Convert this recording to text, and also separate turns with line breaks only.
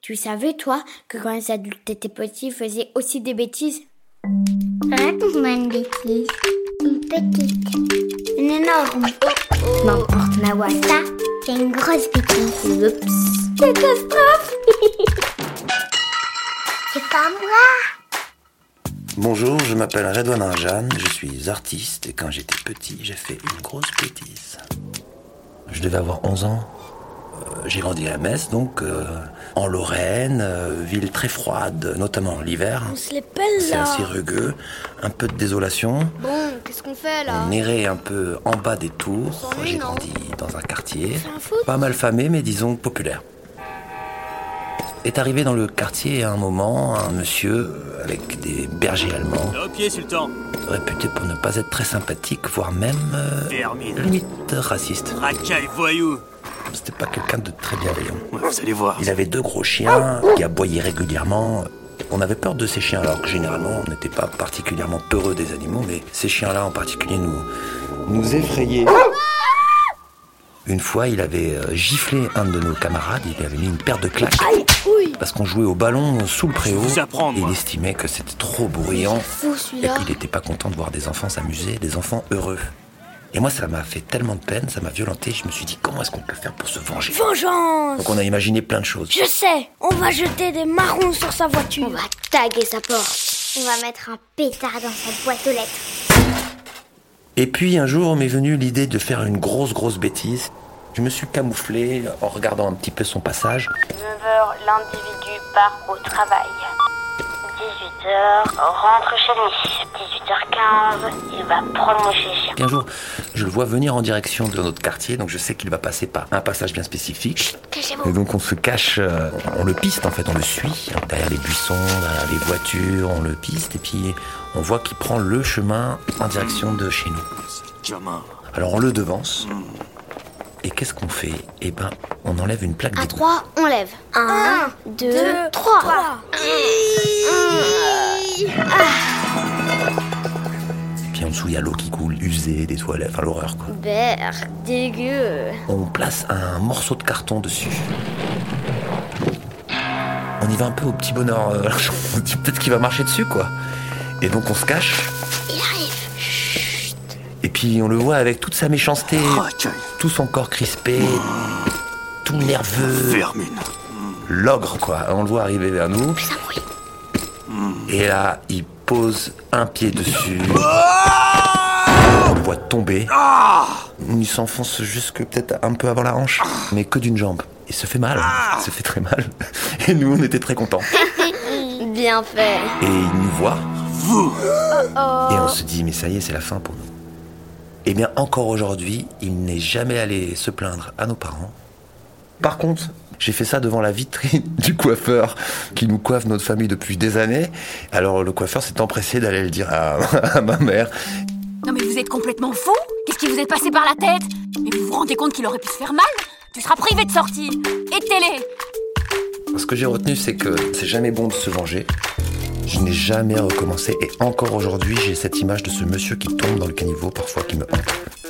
Tu savais, toi, que quand les adultes étaient petits, ils faisaient aussi des bêtises
Raconte-moi une bêtise.
Une petite.
Une énorme.
N'importe, Mawa.
Ça, c'est une grosse bêtise.
Oups.
Catastrophe C'est pas moi
Bonjour, je m'appelle Redouane Jeanne, je suis artiste et quand j'étais petit, j'ai fait une grosse bêtise. Je devais avoir 11 ans. Euh, J'ai grandi à Metz, donc euh, en Lorraine, euh, ville très froide, notamment l'hiver.
On se les pèle
C'est
Oh, là.
assez rugueux, un peu de désolation.
Bon, qu'est-ce qu'on fait là
On errait un peu en bas des tours.
s'ennuie,
J'ai
Bah. non
grandi dans un quartier
fait un foot
pas mal famé, mais disons populaire. Est arrivé dans le quartier à un moment un monsieur euh, avec des bergers allemands,
Au pied, Sultan.
réputé pour ne pas être très sympathique, voire même euh,
Vermine.
limite raciste.
Racaille, voyou.
C'était pas quelqu'un de très bienveillant.
Vous allez voir.
Ils avaient deux gros chiens qui aboyaient régulièrement. On avait peur de ces chiens alors que généralement on n'était pas particulièrement peureux des animaux, mais ces chiens-là en particulier nous, nous effrayaient. Une fois, il avait euh, giflé un de nos camarades, il lui avait mis une paire de claques parce qu'on jouait au ballon sous le préau.
Je vous apprends,
et il
moi.
estimait que c'était trop bruyant
Fou
et
celui-là.
puis il n'était pas content de voir des enfants s'amuser, des enfants heureux. Et moi, ça m'a fait tellement de peine, ça m'a violenté. Je me suis dit, comment est-ce qu'on peut faire pour se venger
Vengeance
Donc on a imaginé plein de choses.
Je sais, on va jeter des marrons sur sa voiture.
On va taguer sa porte. On va mettre un pétard dans sa boîte aux lettres.
Et puis un jour m'est venue l'idée de faire une grosse grosse bêtise. Je me suis camouflé en regardant un petit peu son passage.
9h, l'individu part au travail. 18h, rentre chez lui. 18h15, il va prendre le chien.
Puis un jour, je le vois venir en direction de notre quartier, donc je sais qu'il va passer par un passage bien spécifique.
Cachez-vous.
Et donc on se cache, euh, on le piste en fait, on le suit hein, derrière les buissons, derrière les voitures, on le piste et puis on voit qu'il prend le chemin en direction de chez nous.
Gamin.
Alors on le devance. Et qu'est-ce qu'on fait Eh ben, on enlève une plaque
À
de
trois, on lève. Un, deux,
deux,
trois.
Puis en dessous, il y a l'eau qui coule, usée, des toilettes, enfin l'horreur quoi.
Berre, dégueu.
On place un morceau de carton dessus. On y va un peu au petit bonheur. euh, on se dit peut-être qu'il va marcher dessus, quoi. Et donc on se cache.
Il arrive.
Et puis on le voit avec toute sa méchanceté,
Oh.
Racaille,
tout son corps crispé, tout nerveux.
vermine.
L'ogre, quoi. On le voit arriver vers nous.
Ça bruit.
Et là, il pose un pied dessus. On le voit tomber. Il s'enfonce jusque peut-être un peu avant la hanche, mais que d'une jambe. Il se fait mal, il se fait très mal. Et nous, on était très contents.
Bien fait. Oh,
Et il nous voit. Et on se dit, mais ça y est, c'est la fin pour nous. Eh bien, encore aujourd'hui, il n'est jamais allé se plaindre à nos parents. Par contre, j'ai fait ça devant la vitrine du coiffeur qui nous coiffe notre famille depuis des années. Alors, le coiffeur s'est empressé d'aller le dire à, à ma mère.
Non mais vous êtes complètement fou Qu'est-ce qui vous est passé par la tête Mais vous vous rendez compte qu'il aurait pu se faire mal Tu seras privé de sortie Et de télé
Ce que j'ai retenu, c'est que c'est jamais bon de se venger. Je n'ai jamais recommencé et encore aujourd'hui, j'ai cette image de ce monsieur qui tombe dans le caniveau parfois qui me hante.